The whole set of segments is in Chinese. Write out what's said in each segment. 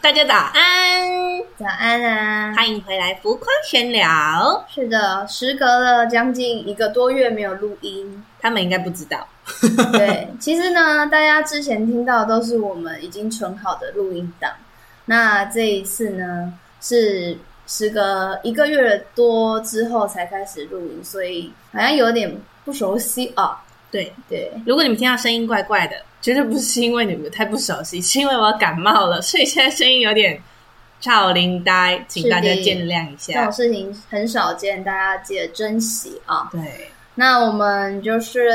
大家早安，早安啊！欢迎回来浮夸闲聊。是的，时隔了将近一个多月没有录音。他们应该不知道，对，其实呢，大家之前听到都是我们已经存好的录音档。那这一次呢，是时隔一个月多之后才开始录音，所以好像有点不熟悉啊。对，对，如果你们听到声音怪怪的，绝对不是因为你们太不熟悉，是因为我感冒了，所以现在声音有点超龄呆，请大家是的见谅一这种下。事情很少见，大家记得珍惜啊。对，那我们就是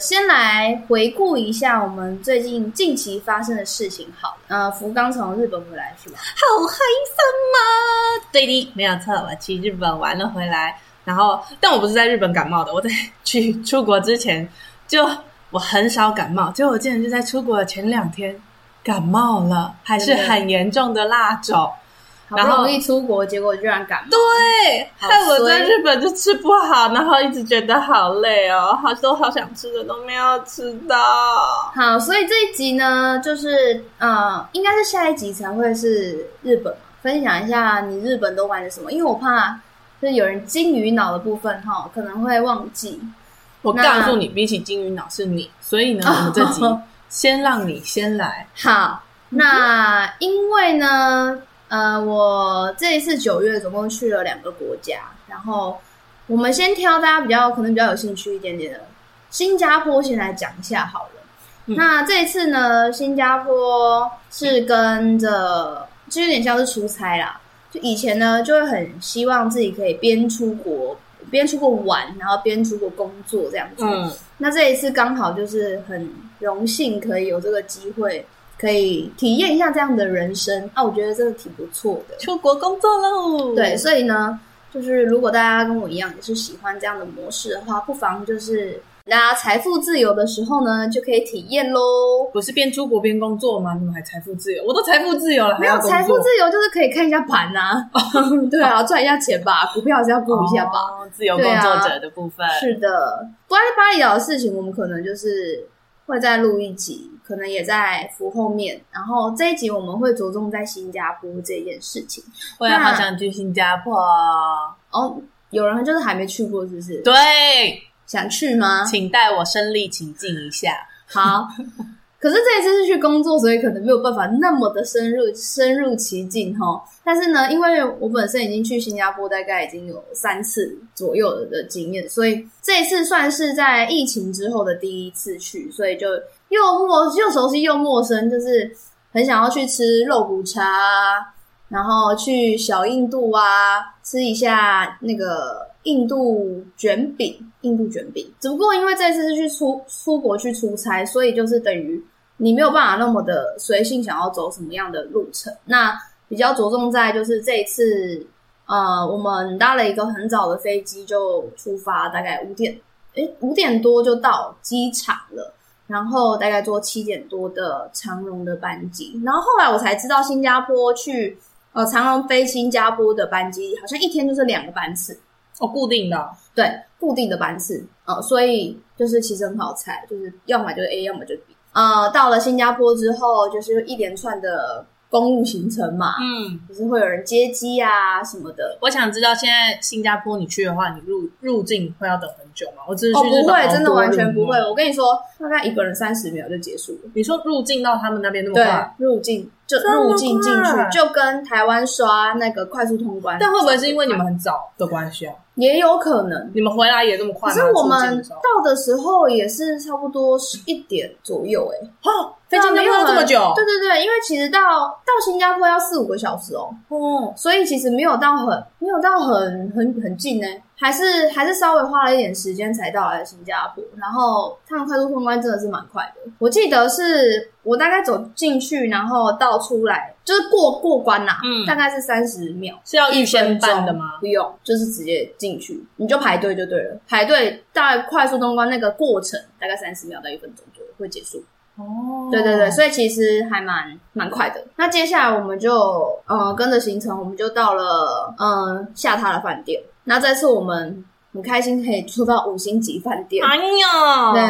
先来回顾一下我们最近近期发生的事情好了。呃，福刚从日本回来是吧？好害膈吗？对的，没有错，我去日本玩了回来，然后但我不是在日本感冒的，我在去出国之前就我很少感冒，结果我竟然就在出国的前两天感冒了，还是真的很严重的那种。好然不后容易出国，结果居然感冒。对，好害我在衰日本就吃不好，然后一直觉得好累哦，好多好想吃的都没有吃到。好，所以这一集呢，就是呃，应该是下一集才会是日本嘛，分享一下你日本都玩了什么，因为我怕就是有人金鱼脑的部分哈，可能会忘记。我告那诉你，比起金鱼脑是你，所 以呢，哦我们这集先让你先来。好，那因为呢，呃，我这一次九月总共去了两个国家，然后我们先挑大家比较可能比较有兴趣一点点的，新加坡先来讲一下好了。嗯那这一次呢，新加坡是跟着，就有点像是出差啦。就以前呢，就会很希望自己可以边出国边出国玩，然后边出国工作这样子。嗯，那这一次刚好就是很荣幸可以有这个机会，可以体验一下这样的人生啊，我觉得真的挺不错的。出国工作喽。对，所以呢，就是如果大家跟我一样也是喜欢这样的模式的话，不妨就是大家财富自由的时候呢，就可以体验喽。不是边出国边工作吗？你们还财富自由？我都财富自由了，还没要有工作财富自由，就是可以看一下盘呐、 对啊，赚一下钱吧，股票还是要顾一下吧。啊哦自由工作者的部分。是的，关于巴厘岛的事情，我们可能就是会再录一集，可能也在服后面。然后这一集我们会着重在新加坡这件事情。我也好想去新加坡。哦，有人就是还没去过，是不是？对，想去吗？请带我身历其境一下。好。可是这一次是去工作，所以可能没有办法那么的深入深入其境哈。但是呢，因为我本身已经去新加坡大概已经有三次左右的经验，所以这一次算是在疫情之后的第一次去，所以就又陌又熟悉又陌生，就是很想要去吃肉骨茶啊，然后去小印度啊，吃一下那个印度卷饼，印度卷饼。只不过因为这次是去出出国去出差，所以就是等于你没有办法那么的随性想要走什么样的路程。那比较着重在就是这一次，呃，我们搭了一个很早的飞机就出发，大概五点，诶，五点多就到机场了。然后大概坐七点多的长荣的班机，然后后来我才知道新加坡去呃长荣飞新加坡的班机好像一天就是两个班次，哦，固定的。对，固定的班次，呃，所以就是其实很好猜，就是要么就是 A，要么就是 B。呃，到了新加坡之后，就是一连串的公路行程嘛，嗯，就是会有人接机啊什么的。我想知道现在新加坡你去的话，你入入境会要等很久吗？我只是哦，去日不本好会，多真的完全人不会。哦我跟你说，大概一个人三十秒就结束了。你说入境到他们那边那么对快，，入境就这么入境进去快，就跟台湾刷那个快速通关，但会不会是因为你们很早的关系啊？也有可能？你们回来也这么可快吗？是我啊出境们的时候到的时候也是差不多十一点左右、欸，哦，飞机对那啊没有么这么很久，对对对，因为其实到到新加坡要四五个小时哦，哦，所以其实没有到很没有到很很很近呢，欸还是还是稍微花了一点时间才到来新加坡。然后他们快速通关真的是蛮快的，我记得是我大概走进去，然后到出来就是过过关啦、嗯大概是三十秒。是要预一先分办钟的吗？不用，就是直接进去，你就排队就对了。排队大概快速通关那个过程大概三十秒到一分钟左右会结束。哦对对对，所以其实还蛮蛮快的。那接下来我们就呃跟着行程，我们就到了呃下榻的饭店。那这次我们很开心可以住到五星级饭店，哎呀，对，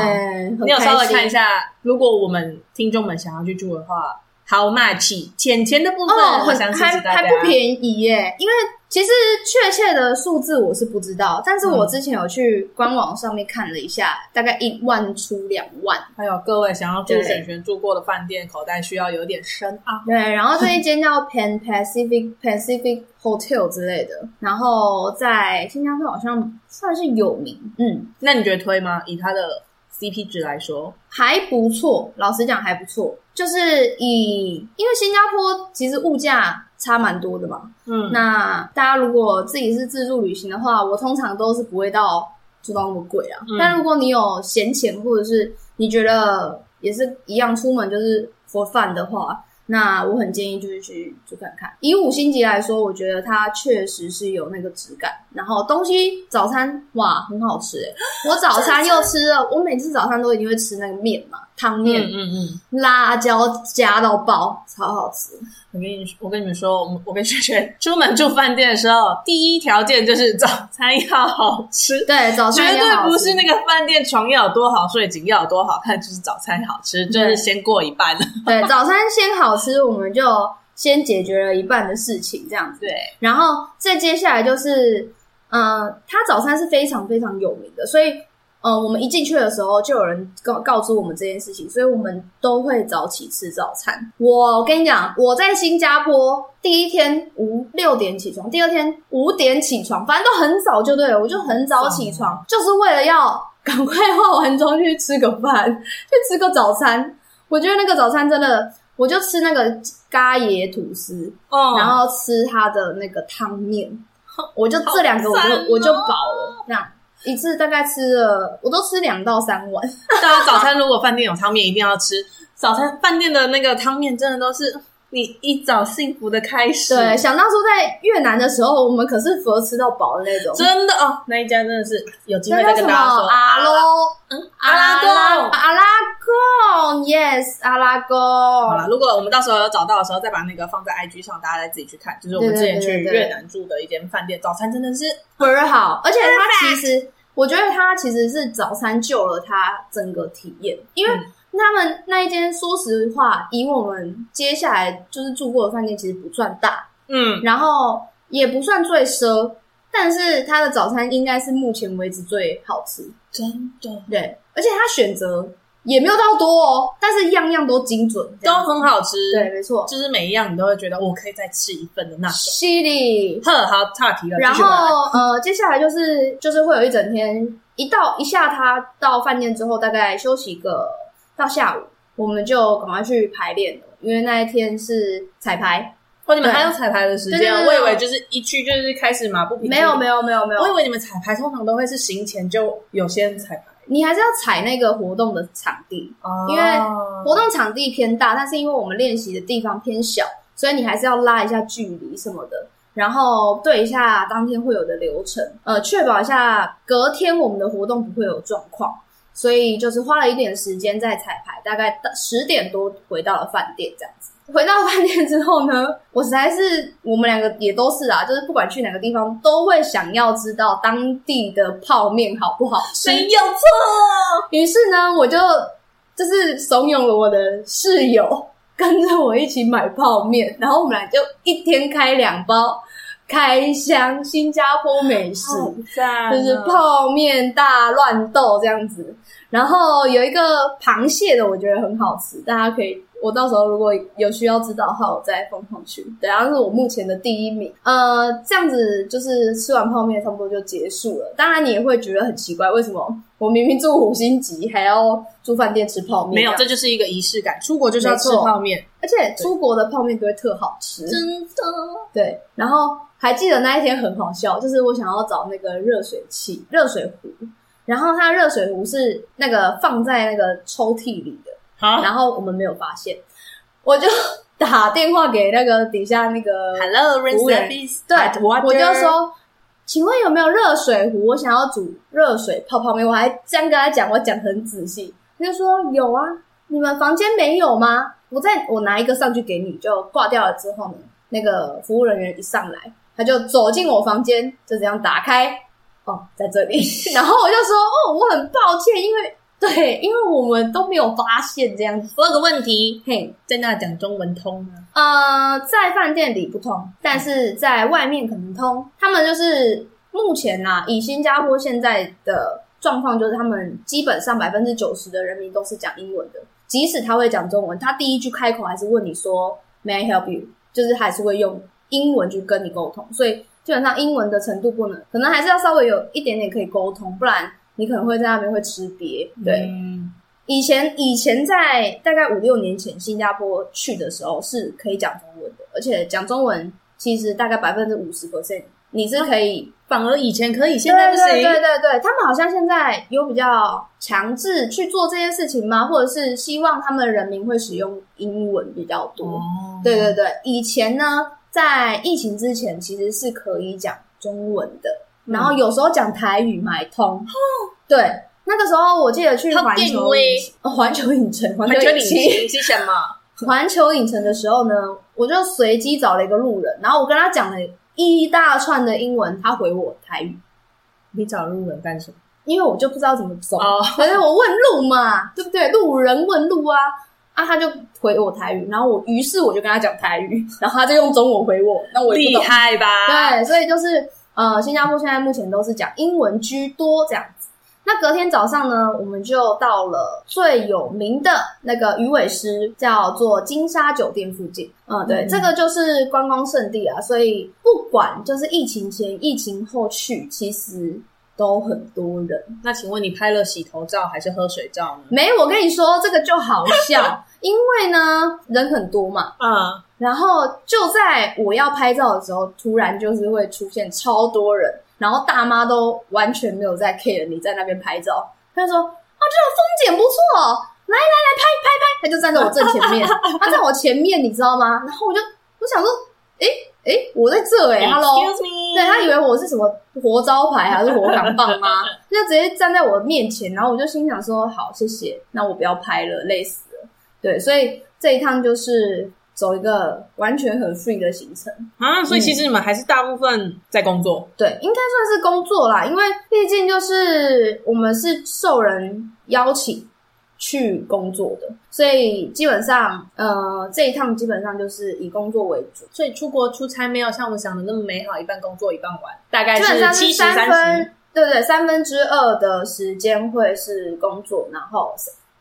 很你有稍微开心看一下，如果我们听众们想要去住的话， how much 钱钱的部分，哦，我很相信还是大家还不便宜耶，因为其实确切的数字我是不知道，但是我嗯之前有去官网上面看了一下，大概一万出两万。还有各位想要住对沈璇住过的饭店，口袋需要有点深啊。对，然后这一间叫 Pan Pacific Pacific Hotel 之类的，然后在新加坡好像算是有名，嗯，那你觉得推吗？以它的 CP 值来说，还不错，老实讲还不错，就是以因为新加坡其实物价差蛮多的嘛，嗯，那大家如果自己是自助旅行的话，我通常都是不会到住到那么贵啊。嗯但如果你有闲钱，或者是你觉得也是一样出门就是 for fun 的话，那我很建议就是去住看看。以五星级来说，我觉得它确实是有那个质感。然后东西早餐哇很好吃、欸，我早餐又吃了，我每次早餐都一定会吃那个面嘛，汤面，嗯嗯。嗯辣椒加到爆，超好吃。我跟你我跟你们说，我们我跟轩轩出门住饭店的时候，第一条件就是早餐要好吃，对，早绝餐也对好不吃是那个饭店床要有多好睡，景要有多好看，就是早餐好吃，就是先过一半了。对，早餐先好吃，我们就先解决了一半的事情，这样子。对，然后再接下来就是，呃，它早餐是非常非常有名的，所以，呃，我们一进去的时候就有人告告知我们这件事情，所以我们都会早起吃早餐。我跟你讲，我在新加坡第一天五六点起床，第二天五点起床，反正都很早就对了，我就很早起床，就是为了要赶快化完妆去吃个饭， 去吃个早餐。我觉得那个早餐真的，我就吃那个咖椰吐司，哦然后吃它的那个汤面，我就好这两个我就、赞哦我就饱了，这样一次大概吃了，我都吃两到三碗，大家早餐如果饭店有汤面，一定要吃。早餐饭店的那个汤面真的都是你一早幸福的开始，对，想当初在越南的时候，我们可是佛吃到饱的那种。真的哦，那一家真的是有机那会再叫什跟么？大家说。嗯阿拉阿罗，贡阿拉贡，yes，阿拉好贡了，。如果我们到时候有找到的时候，再把那个放在 IG 上，大家再自己去看。就是我们之前去对对对对对越南住的一间饭店，早餐真的是倍儿好，而且它其实，我觉得它其实是早餐救了它整个体验，因为嗯他们那一间，说实话，以我们接下来就是住过的饭店，其实不算大，嗯，然后也不算最奢，但是它的早餐应该是目前为止最好吃，真的对，而且它选择也没有到多哦，但是样样都精准，这都样很好吃。对，，没错，就是每一样你都会觉得我可以再吃一份的那种。犀利，呵，好，岔题了。然继续回来后呃，接下来就是就是会有一整天，一到一下他到饭店之后，大概休息个到下午，我们就赶快去排练了，因为那一天是彩排，哦，你们对还有彩排的时对间对啊？对我以对为就是一去就是开始马不停蹄。没有没有没有没我以有，为你们彩排通常都会是行前就有先彩排，你还是要踩那个活动的场地，哦因为活动场地偏大，但是因为我们练习的地方偏小，所以你还是要拉一下距离什么的。然后对一下当天会有的流程，呃，确保一下隔天我们的活动不会有状况，所以就是花了一点时间在彩排，大概十点多回到了饭店这样子。回到饭店之后呢，我实在是我们两个也都是啊，就是不管去哪个地方，都会想要知道当地的泡面好不好吃。没有错，于是呢，我就就是怂恿了我的室友 跟着我一起买泡面，然后我们俩就一天开两包，开箱新加坡美食，好赞哦就是泡面大乱斗这样子。然后有一个螃蟹的，我觉得很好吃，大家可以，我到时候如果有需要知道的话，我再放上去。对，然后是我目前的第一名。呃，这样子就是吃完泡面差不多就结束了。当然你也会觉得很奇怪，为什么我明明住五星级，还要住饭店吃泡面？没有，这这样就是一个仪式感。出国就是要吃没错泡面，而且出国的泡面都会特好吃。真的。对，然后还记得那一天很好笑，就是我想要找那个热水器、热水壶，然后它热水壶是那个放在那个抽屉里的，好然后我们没有发现，我就 打电话给那个底下那个， ，Hello, r i n 服 s 务 e r 员 v i c e 对，我就说。请问有没有热水壶？我想要煮热水泡泡面，我还这样跟他讲，我讲很仔细，他就说有啊，你们房间没有吗？我再我拿一个上去给你，就挂掉了之后呢，那个服务人员一上来，他就走进我房 间，就这样打开，哦，在这里。然后我就说，哦，我很抱歉，因为对，因为我们都没有发现这样子。我有个问题，嘿，在那讲中文通吗？呃，在饭店里不通，但是在外面可能通。他们就是目前呐、以新加坡现在的状况，就是他们基本上百分之九十的人民都是讲英文的，即使他会讲中文，他第一句开口还是问你说 “May I help you”，就是还是会用英文去跟你沟通。所以基本上英文的程度不能，可能还是要稍微有一点点可以沟通，不然你可能会在那边会吃瘪。对，嗯以前以前在大概五六年前新加坡去的时候是可以讲中文的，而且讲中文其实大概百分之五十 percent 你是可以。反而以前可以，哦现在不行。对对对对对，他们好像现在有比较强制去做这件事情吗？或者是希望他们人民会使用英文比较多？哦对对对，以前呢，在疫情之前其实是可以讲中文的，嗯哦然后有时候讲台语买通。对，那个时候我记得去好环敬球畏影哦环球影城，环环球球领影城。巾是什么？环球影城的时候呢，我就随机找了一个路人，然后我跟他讲了一大串的英文，他回我台语，你找路人干什么？因因为为我我就不知道怎么走，哦，可是我问路嘛，对不对？路人问路啊，啊，他就回我台语，然后我于是我就跟他讲台语，然后他就用中文回我，那我也厉不懂。害吧？对，所以就是呃，新加坡现在目前都是讲英文居多这样子。那隔天早上呢，我们就到了最有名的那个鱼尾狮，叫做金沙酒店附近。嗯，对，嗯这个就是观光胜地啊，所以不管就是疫情前、疫情后去，其实都很多人。那请问你拍了洗头照还是喝水照呢？没，我跟你说，这个就好笑，因为呢人很多嘛，嗯，然后就在我要拍照的时候，突然就是会出现超多人，然后大妈都完全没有在 care 你在那边拍照，她就说：“啊，这个风景不错哦，来来来，拍拍拍。”她就站在我正前面，她在我前面，你知道吗？然后我就我想说：“诶诶，我在这诶 h e l l o Excuse me，对他以为我是什么活招牌啊还是活港棒吗？就直接站在我面前，然后我就心想说：“好，谢谢，那我不要拍了，累死了。”对，所以这一趟就是走一个完全很 free 的行程。啊，所以其实你们还是大部分在工作，对，应该算是工作啦，因为毕竟就是我们是受人邀请去工作的，所以基本上呃这一趟基本上就是以工作为主。所以出国出差没有像我想的那么美好，一半工作一半玩，大概基本上是是七十三三十。分，对对，三分之二的时间会是工作，然后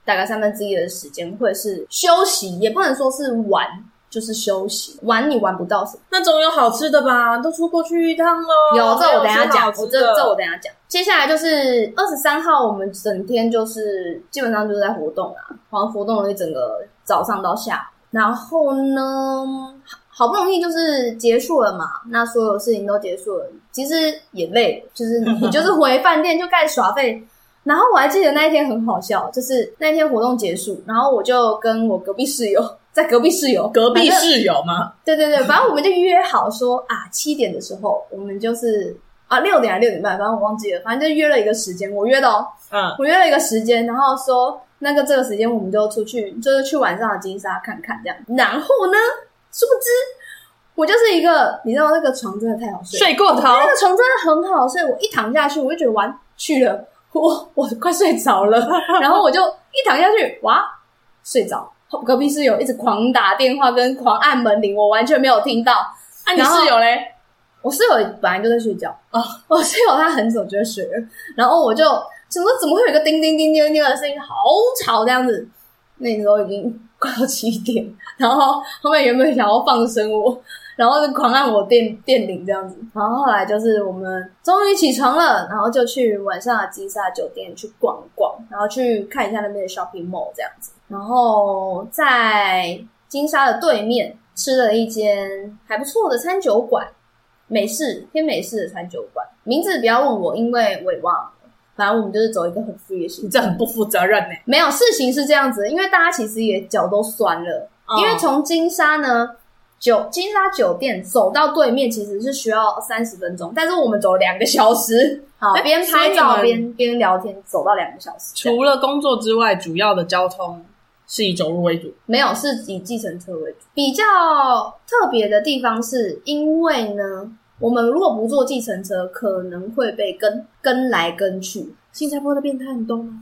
大概三分之一的时间会是休息，也不能说是玩，就是休息。玩你玩不到什么，那总有好吃的吧？都出国去一趟喽，有这我等一没下讲，有吃我好吃这的这我等一下讲。接下来就是二十三号，我们整天就是基本上就是在活动啊，然后活动了一整个早上到下午，然后呢，好不容易就是结束了嘛，那所有事情都结束了，其实也累了，就是你 就是回饭店就开始耍废。然后我还记得那一天很好笑，就是那一天活动结束，然后我就跟我隔壁室友在隔壁室友隔壁反正室友吗？对对对，反正我们就约好说啊，七点的时候我们就是啊六点还是六点半，反正我忘记了，反正就约了一个时间，我约的哦，嗯，我约了一个时间，然后说那个这个时间我们就出去，就是去晚上的金沙看看这样。然后呢，殊不知我就是一个，你知道那个床真的太好睡了，睡过头哦那个床真的很好睡，我一躺下去我就觉得完去了，我我快睡着了，然后我就一躺下去，哇，睡着。隔壁室友一直狂打电话跟狂按门铃，我完全没有听到。啊，你然后室友嘞？我室友本来就在睡觉哦，我室友他很早就在睡了，然后我就想说怎么会有一个叮叮叮叮叮的声音，好吵这样子。那时候已经快要七点， 然后后面原本想要放生我，然后就狂按我电电铃这样子，然后后来就是我们终于起床了，然后就去晚上的吉萨酒店去逛逛，然后去看一下那边的 shopping mall 这样子，然后在金沙的对面吃了一间还不错的餐酒馆，美式偏美式的餐酒馆，名字不要问我，因为我也忘了。反正我们就是走一个很 free 的行你程，这很不负责任呢、没有事情是这样子，因为大家其实也脚都酸了，因为哦从金沙呢酒金沙酒店走到对面其实是需要三十分钟，但是我们走了两个小时，好哎边所以拍你照们边边聊天，走到两个小时这样，除了工作之外，主要的交通是以走路为主。没有是以计程车为主。比较特别的地方是因为呢，我们如果不坐计程车，可能会被跟跟来跟去，新加坡的变态很多吗？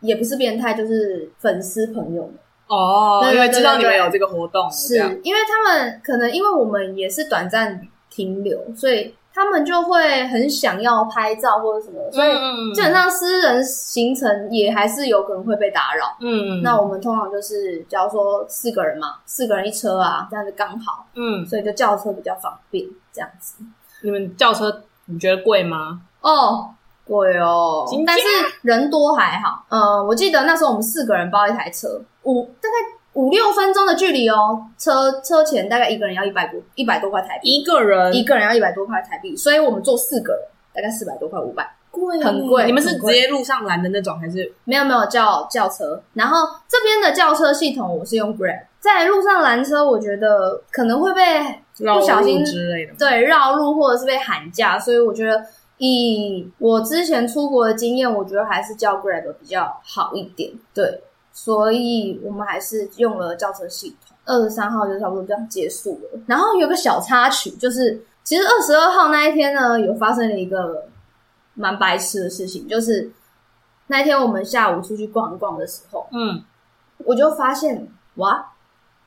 也不是变态，就是粉丝朋友们。哦，对对因为知道对你对们有这个活动，是这样因为他们可能因为我们也是短暂停留，所以他们就会很想要拍照或者什么，所以嗯基本上私人行程也还是有可能会被打扰。嗯，那我们通常就是，假如说四个人嘛，四个人一车啊，这样子刚好，嗯，所以就叫车比较方便，这样子。你们轿车你觉得贵吗？哦，贵哦真，假但是人多还好。嗯，我记得那时候我们四个人包一台车，五大概五六分钟的距离哦，车车钱大概一个人要一百多一百多块台币，一个人一个人要一百多块台币，所以我们坐四个人大概四百多块五百。贵很贵你们是很直贵接路上拦的那种，还是没有没有叫叫车，然后这边的叫车系统我是用 Grab，在路上拦车，我觉得可能会被绕不小路心之类的吗？对绕路或者是被喊价，所以我觉得以我之前出国的经验，我觉得还是叫 Grab 比较好一点。对，所以我们还是用了轿车系统。二十三号就差不多这样结束了。然后有个小插曲，就是其实二十二号那一天呢，有发生了一个蛮白痴的事情，就是那一天我们下午出去逛一逛的时候，嗯，我就发现哇，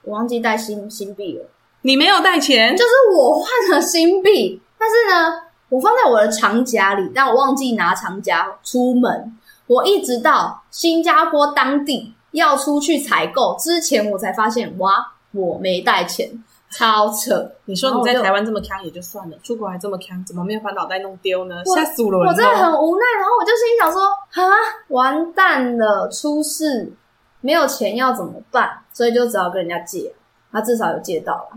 我忘记带新新币了。你没有带钱，就是我换了新币，但是呢，我放在我的长夹里，但我忘记拿长夹出门。我一直到新加坡当地要出去采购之前，我才发现哇，我没带钱，超扯！你说你在然后我就台湾这么坑也就算了，出国还这么坑，怎么没有把脑袋弄丢呢？我吓死我了！我你知真的道吗很无奈，然后我就心里想说，哈，完蛋了，出事，没有钱要怎么办？所以就只好跟人家借，他至少有借到了。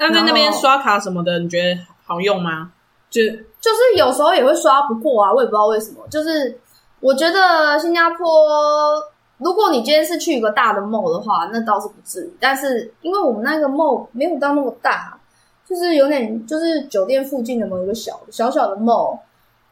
那在那边然后刷卡什么的，你觉得好用吗？就就是有时候也会刷不过啊，我也不知道为什么。就是我觉得新加坡，如果你今天是去一个大的 mall 的话，那倒是不至于。但是因为我们那个 mall 没有到那么大，就是有点就是酒店附近的某一个小小小的 mall，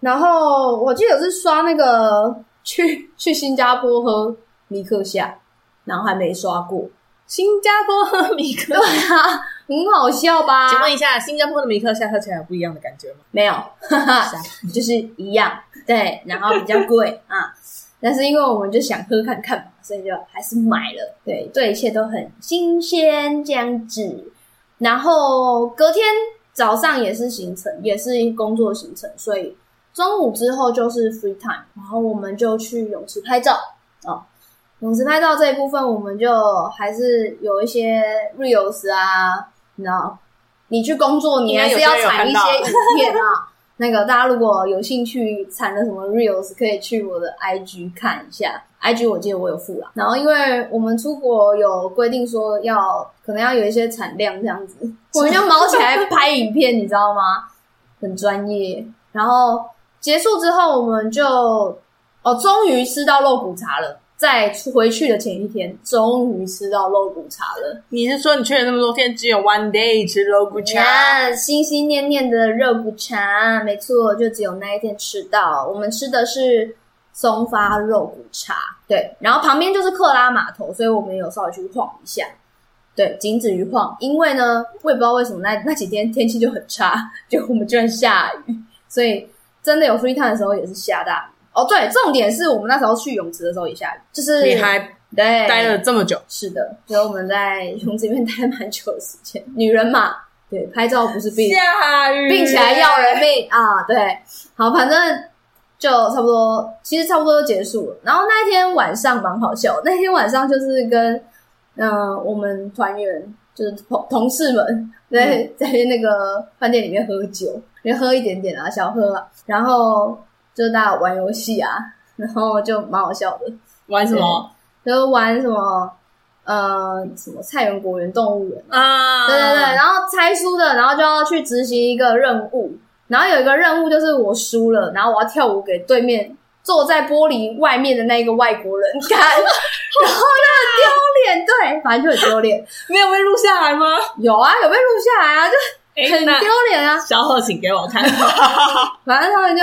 然后我记得是刷那个去 去新加坡喝尼克夏，然后还没刷过。新加坡喝米克对，啊，很好笑吧？请问一下，新加坡的米克夏喝起来有不一样的感觉吗？没有，哈哈，就是一样，对，然后比较贵啊。但是因为我们就想喝看看嘛，所以就还是买了。对，对，一切都很新鲜这样子。然后隔天早上也是行程，也是工作行程，所以中午之后就是 free time，然后我们就去泳池拍照哦。泳池拍照这一部分，我们就还是有一些 reels 啊，你知道，你去工作，你还是要产一些影片啊。那个大家如果有兴趣产的什么 reels，可以去我的 IG 看一下。IG 我记得我有附啦，然后因为我们出国有规定说要可能要有一些产量这样子，我们就毛起来拍影片，你知道吗？很专业。然后结束之后，我们就哦，终于吃到肉骨茶了。在出回去的前一天，终于吃到肉骨茶了。你是说你去了那么多天，只有 one day 吃肉骨茶？呀，心心念念的肉骨茶，没错，就只有那一天吃到。我们吃的是松发肉骨茶，对，然后旁边就是克拉码头，所以我们有稍微去晃一下。对，仅止于晃，因为呢，我也不知道为什么那那几天天气就很差， 就我们居然下雨，所以真的有 free time 的时候也是下大雨。哦，对，重点是我们那时候去泳池的时候也下雨，就是你还对待了这么久，是的，所以我们在泳池里面待蛮久的时间。女人嘛， 对，拍照不是病，下雨，病起来要人命啊！对，好，反正就差不多，其实差不多就结束了。然后那一天晚上蛮好笑，那天晚上就是跟嗯、呃我们团员就是同同事们在、在那个饭店里面喝酒，也喝一点点啊，小喝啊，然后就大家玩游戏啊，然后就蛮好笑的。玩什么就是玩什么呃什么菜园、果园、动物园，啊？对对对，，然后猜输的，然后就要去执行一个任务，然后有一个任务就是我输了，然后我要跳舞给对面坐在玻璃外面的那一个外国人 看，然后就很丢脸，对，反正就很丢脸，没有被录下来吗？有啊，有被录下来啊，就哎很那丢脸啊，小贺，请给我 看。反正他们就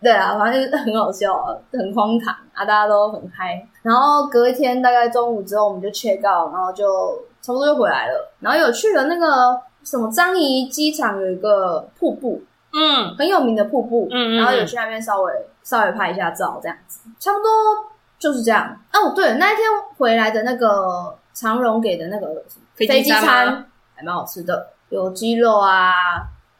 对啊，反正就是很好笑啊，很荒唐啊，大家都很嗨。然后隔一天大概中午之后，我们就 check out，然后就差不多就回来了。然后有去了那个什么樟宜机场有一个瀑布，嗯，很有名的瀑布，嗯嗯嗯然后有去那边稍微稍微拍一下照，这样子，差不多就是这样。哦，对，那一天回来的那个长荣给的那个飞飞机机餐餐还蛮好吃的，有鸡肉啊，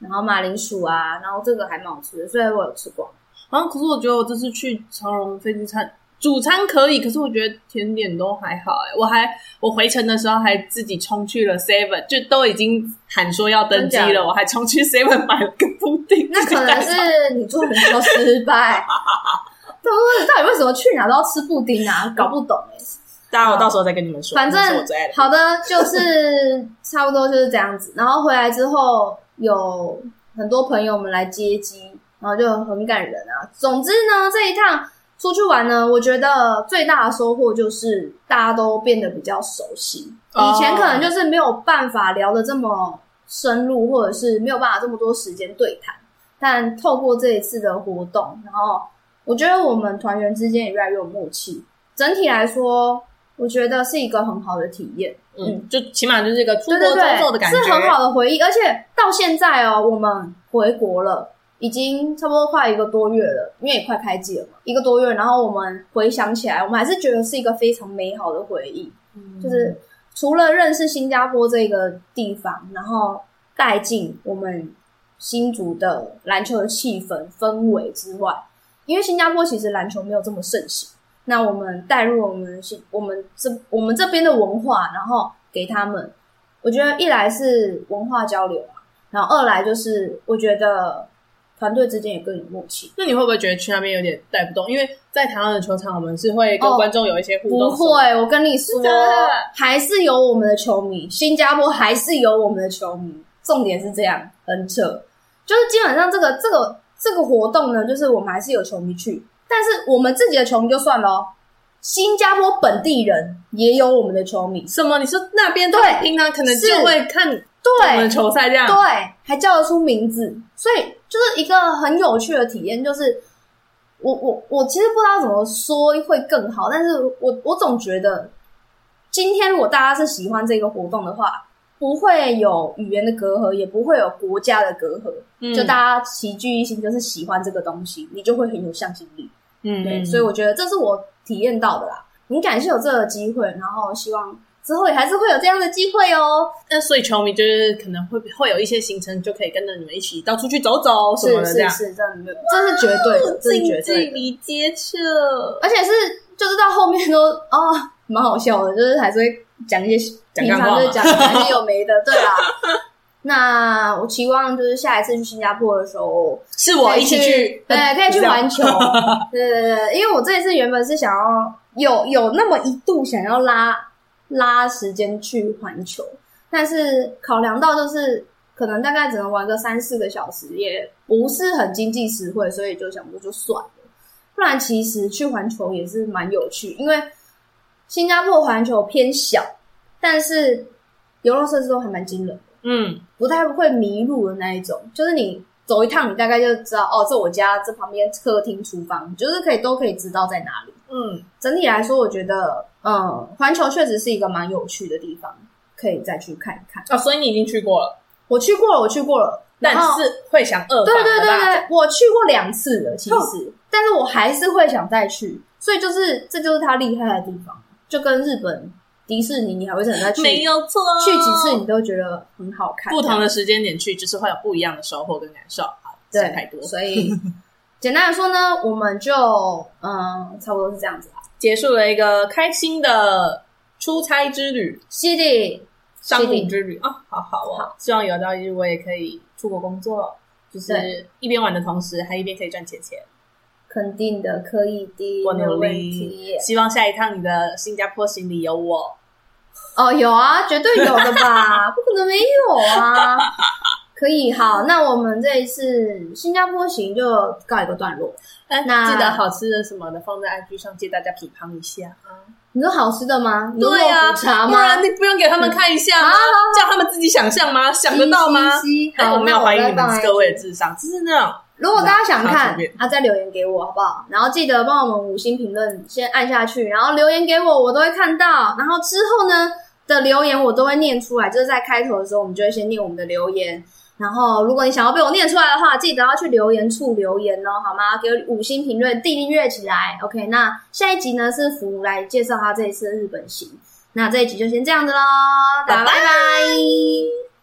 然后马铃薯啊，然后这个还蛮好吃的，所以我有吃过。然后可是我觉得我这次去长荣飞机餐主餐可以，可是我觉得甜点都还好哎、我还我回程的时候还自己冲去了 Seven，就都已经喊说要登机真假了，我还冲去 Seven 买了个布丁。那可能自己带是你做比较失败。 对，我到底为什么去哪都要吃布丁啊？搞不懂哎、 当然，我到时候再跟你们说。反正那是我最爱的。好的，就是差不多就是这样子。然后回来之后，有很多朋友们来接机，然后就很感人啊。总之呢，这一趟出去玩呢，我觉得最大的收获就是大家都变得比较熟悉。哦以前可能就是没有办法聊的这么深入，或者是没有办法这么多时间对谈。但透过这一次的活动，然后我觉得我们团员之间也越来越有默契。整体来说，我觉得是一个很好的体验，嗯，就起码就是一个出对国对走对走的感，觉，是很好的回忆。而且到现在哦，我们回国了，已经差不多快一个多月了，因为也快开季了嘛，一个多月。然后我们回想起来，我们还是觉得是一个非常美好的回忆。嗯，就是除了认识新加坡这个地方，然后带进我们新竹的篮球的气氛氛围之外，因为新加坡其实篮球没有这么盛行，那我们带入我们新我们这我们这边的文化，然后给他们，我觉得一来是文化交流啊，然后二来就是我觉得团队之间也更有默契。那你会不会觉得去那边有点带不动？因为在台湾的球场，我们是会跟哦观众有一些互不动。会，我跟你说真的，还是有我们的球迷，新加坡还是有我们的球迷。重点是这样，很扯，就是基本上这个这个这个活动呢，就是我们还是有球迷去，但是我们自己的球迷就算了哦，新加坡本地人也有我们的球迷，什么？你说那边都对平常可能是就会看我对，们的球赛这样，对，还叫得出名字，所以就是一个很有趣的体验。就是我我我其实不知道怎么说会更好，但是我我总觉得，今天如果大家是喜欢这个活动的话，不会有语言的隔阂，也不会有国家的隔阂，嗯就大家齐聚一心，就是喜欢这个东西，你就会很有向心力。嗯，对，所以我觉得这是我体验到的啦。很感谢有这个机会，然后希望之后也还是会有这样的机会哦。那所以球迷就是可能会会有一些行程，就可以跟着你们一起到处去走走什么的是这是样。是，真的没有，这是绝对的，这是绝对的，离接触，哦而且是就是到后面都哦，蛮好笑的，就是还是会讲一些讲平干常话就是嘛讲一些有没的，对啊。 那我期望就是下一次去新加坡的时候，是我一起可以去，嗯对，可以去这样 环球，对对对对，因为我这一次原本是想要有有那么一度想要拉拉时间去环球，但是考量到就是可能大概只能玩个三四个小时，也不是很经济实惠，所以就想说就算了。不然其实去环球也是蛮有趣，因为新加坡环球偏小，但是游乐设施都还蛮惊人的。嗯，不太会迷路的那一种，就是你走一趟，你大概就知道哦，这我家这旁边客厅、厨房，就是可以都可以知道在哪里。嗯，整体来说，我觉得，嗯，环球确实是一个蛮有趣的地方，可以再去看一看。啊，所以你已经去过了，我去过了，我去过了，但然后是会想二对访对的对吧对，我去过两次了，其实，但是我还是会想再去，所以就是这就是它厉害的地方，就跟日本迪士尼，你还会想再去，没有错，去几次你都觉得很好看，不这样同的时间点去，就是会有不一样的收获跟感受。好，对，想太多，所 以简单来说呢，我们就嗯，差不多是这样子啦。结束了一个开心的出差之旅、西弟，商是务的之旅啊，好好哦。希望有朝一日我也可以出国工作，就是对一边玩的同时，还一边可以赚钱钱。肯定的，可以的，我没有努问力题，。希望下一趟你的新加坡行李有我。哦，有啊，绝对有的 吧，不可能没有啊。可以，好，那我们这一次新加坡行就告一个段落。哎，那记得好吃的什么的放在 IG 上，借大家品尝一下啊。你说好吃的吗？你说对啊呀、肉骨茶不吗？然你不用给他们看一下吗？叫他们自己想象吗？想得到吗？嘻嘻哎，好，我没有那怀疑你再放们 IG 各位的智商，只是那种如果大家想好看随便，啊，再留言给我好不好？然后记得帮我们五星评论先按下去，然后留言给我，我都会看到。然后之后呢，的留言我都会念出来，就是在开头的时候，我们就会先念我们的留言。然后，如果你想要被我念出来的话，记得要去留言处留言哦，好吗？给我五星评论，订阅起来。OK，那下一集呢是福来介绍他这一次的日本行。那这一集就先这样子喽，大家拜拜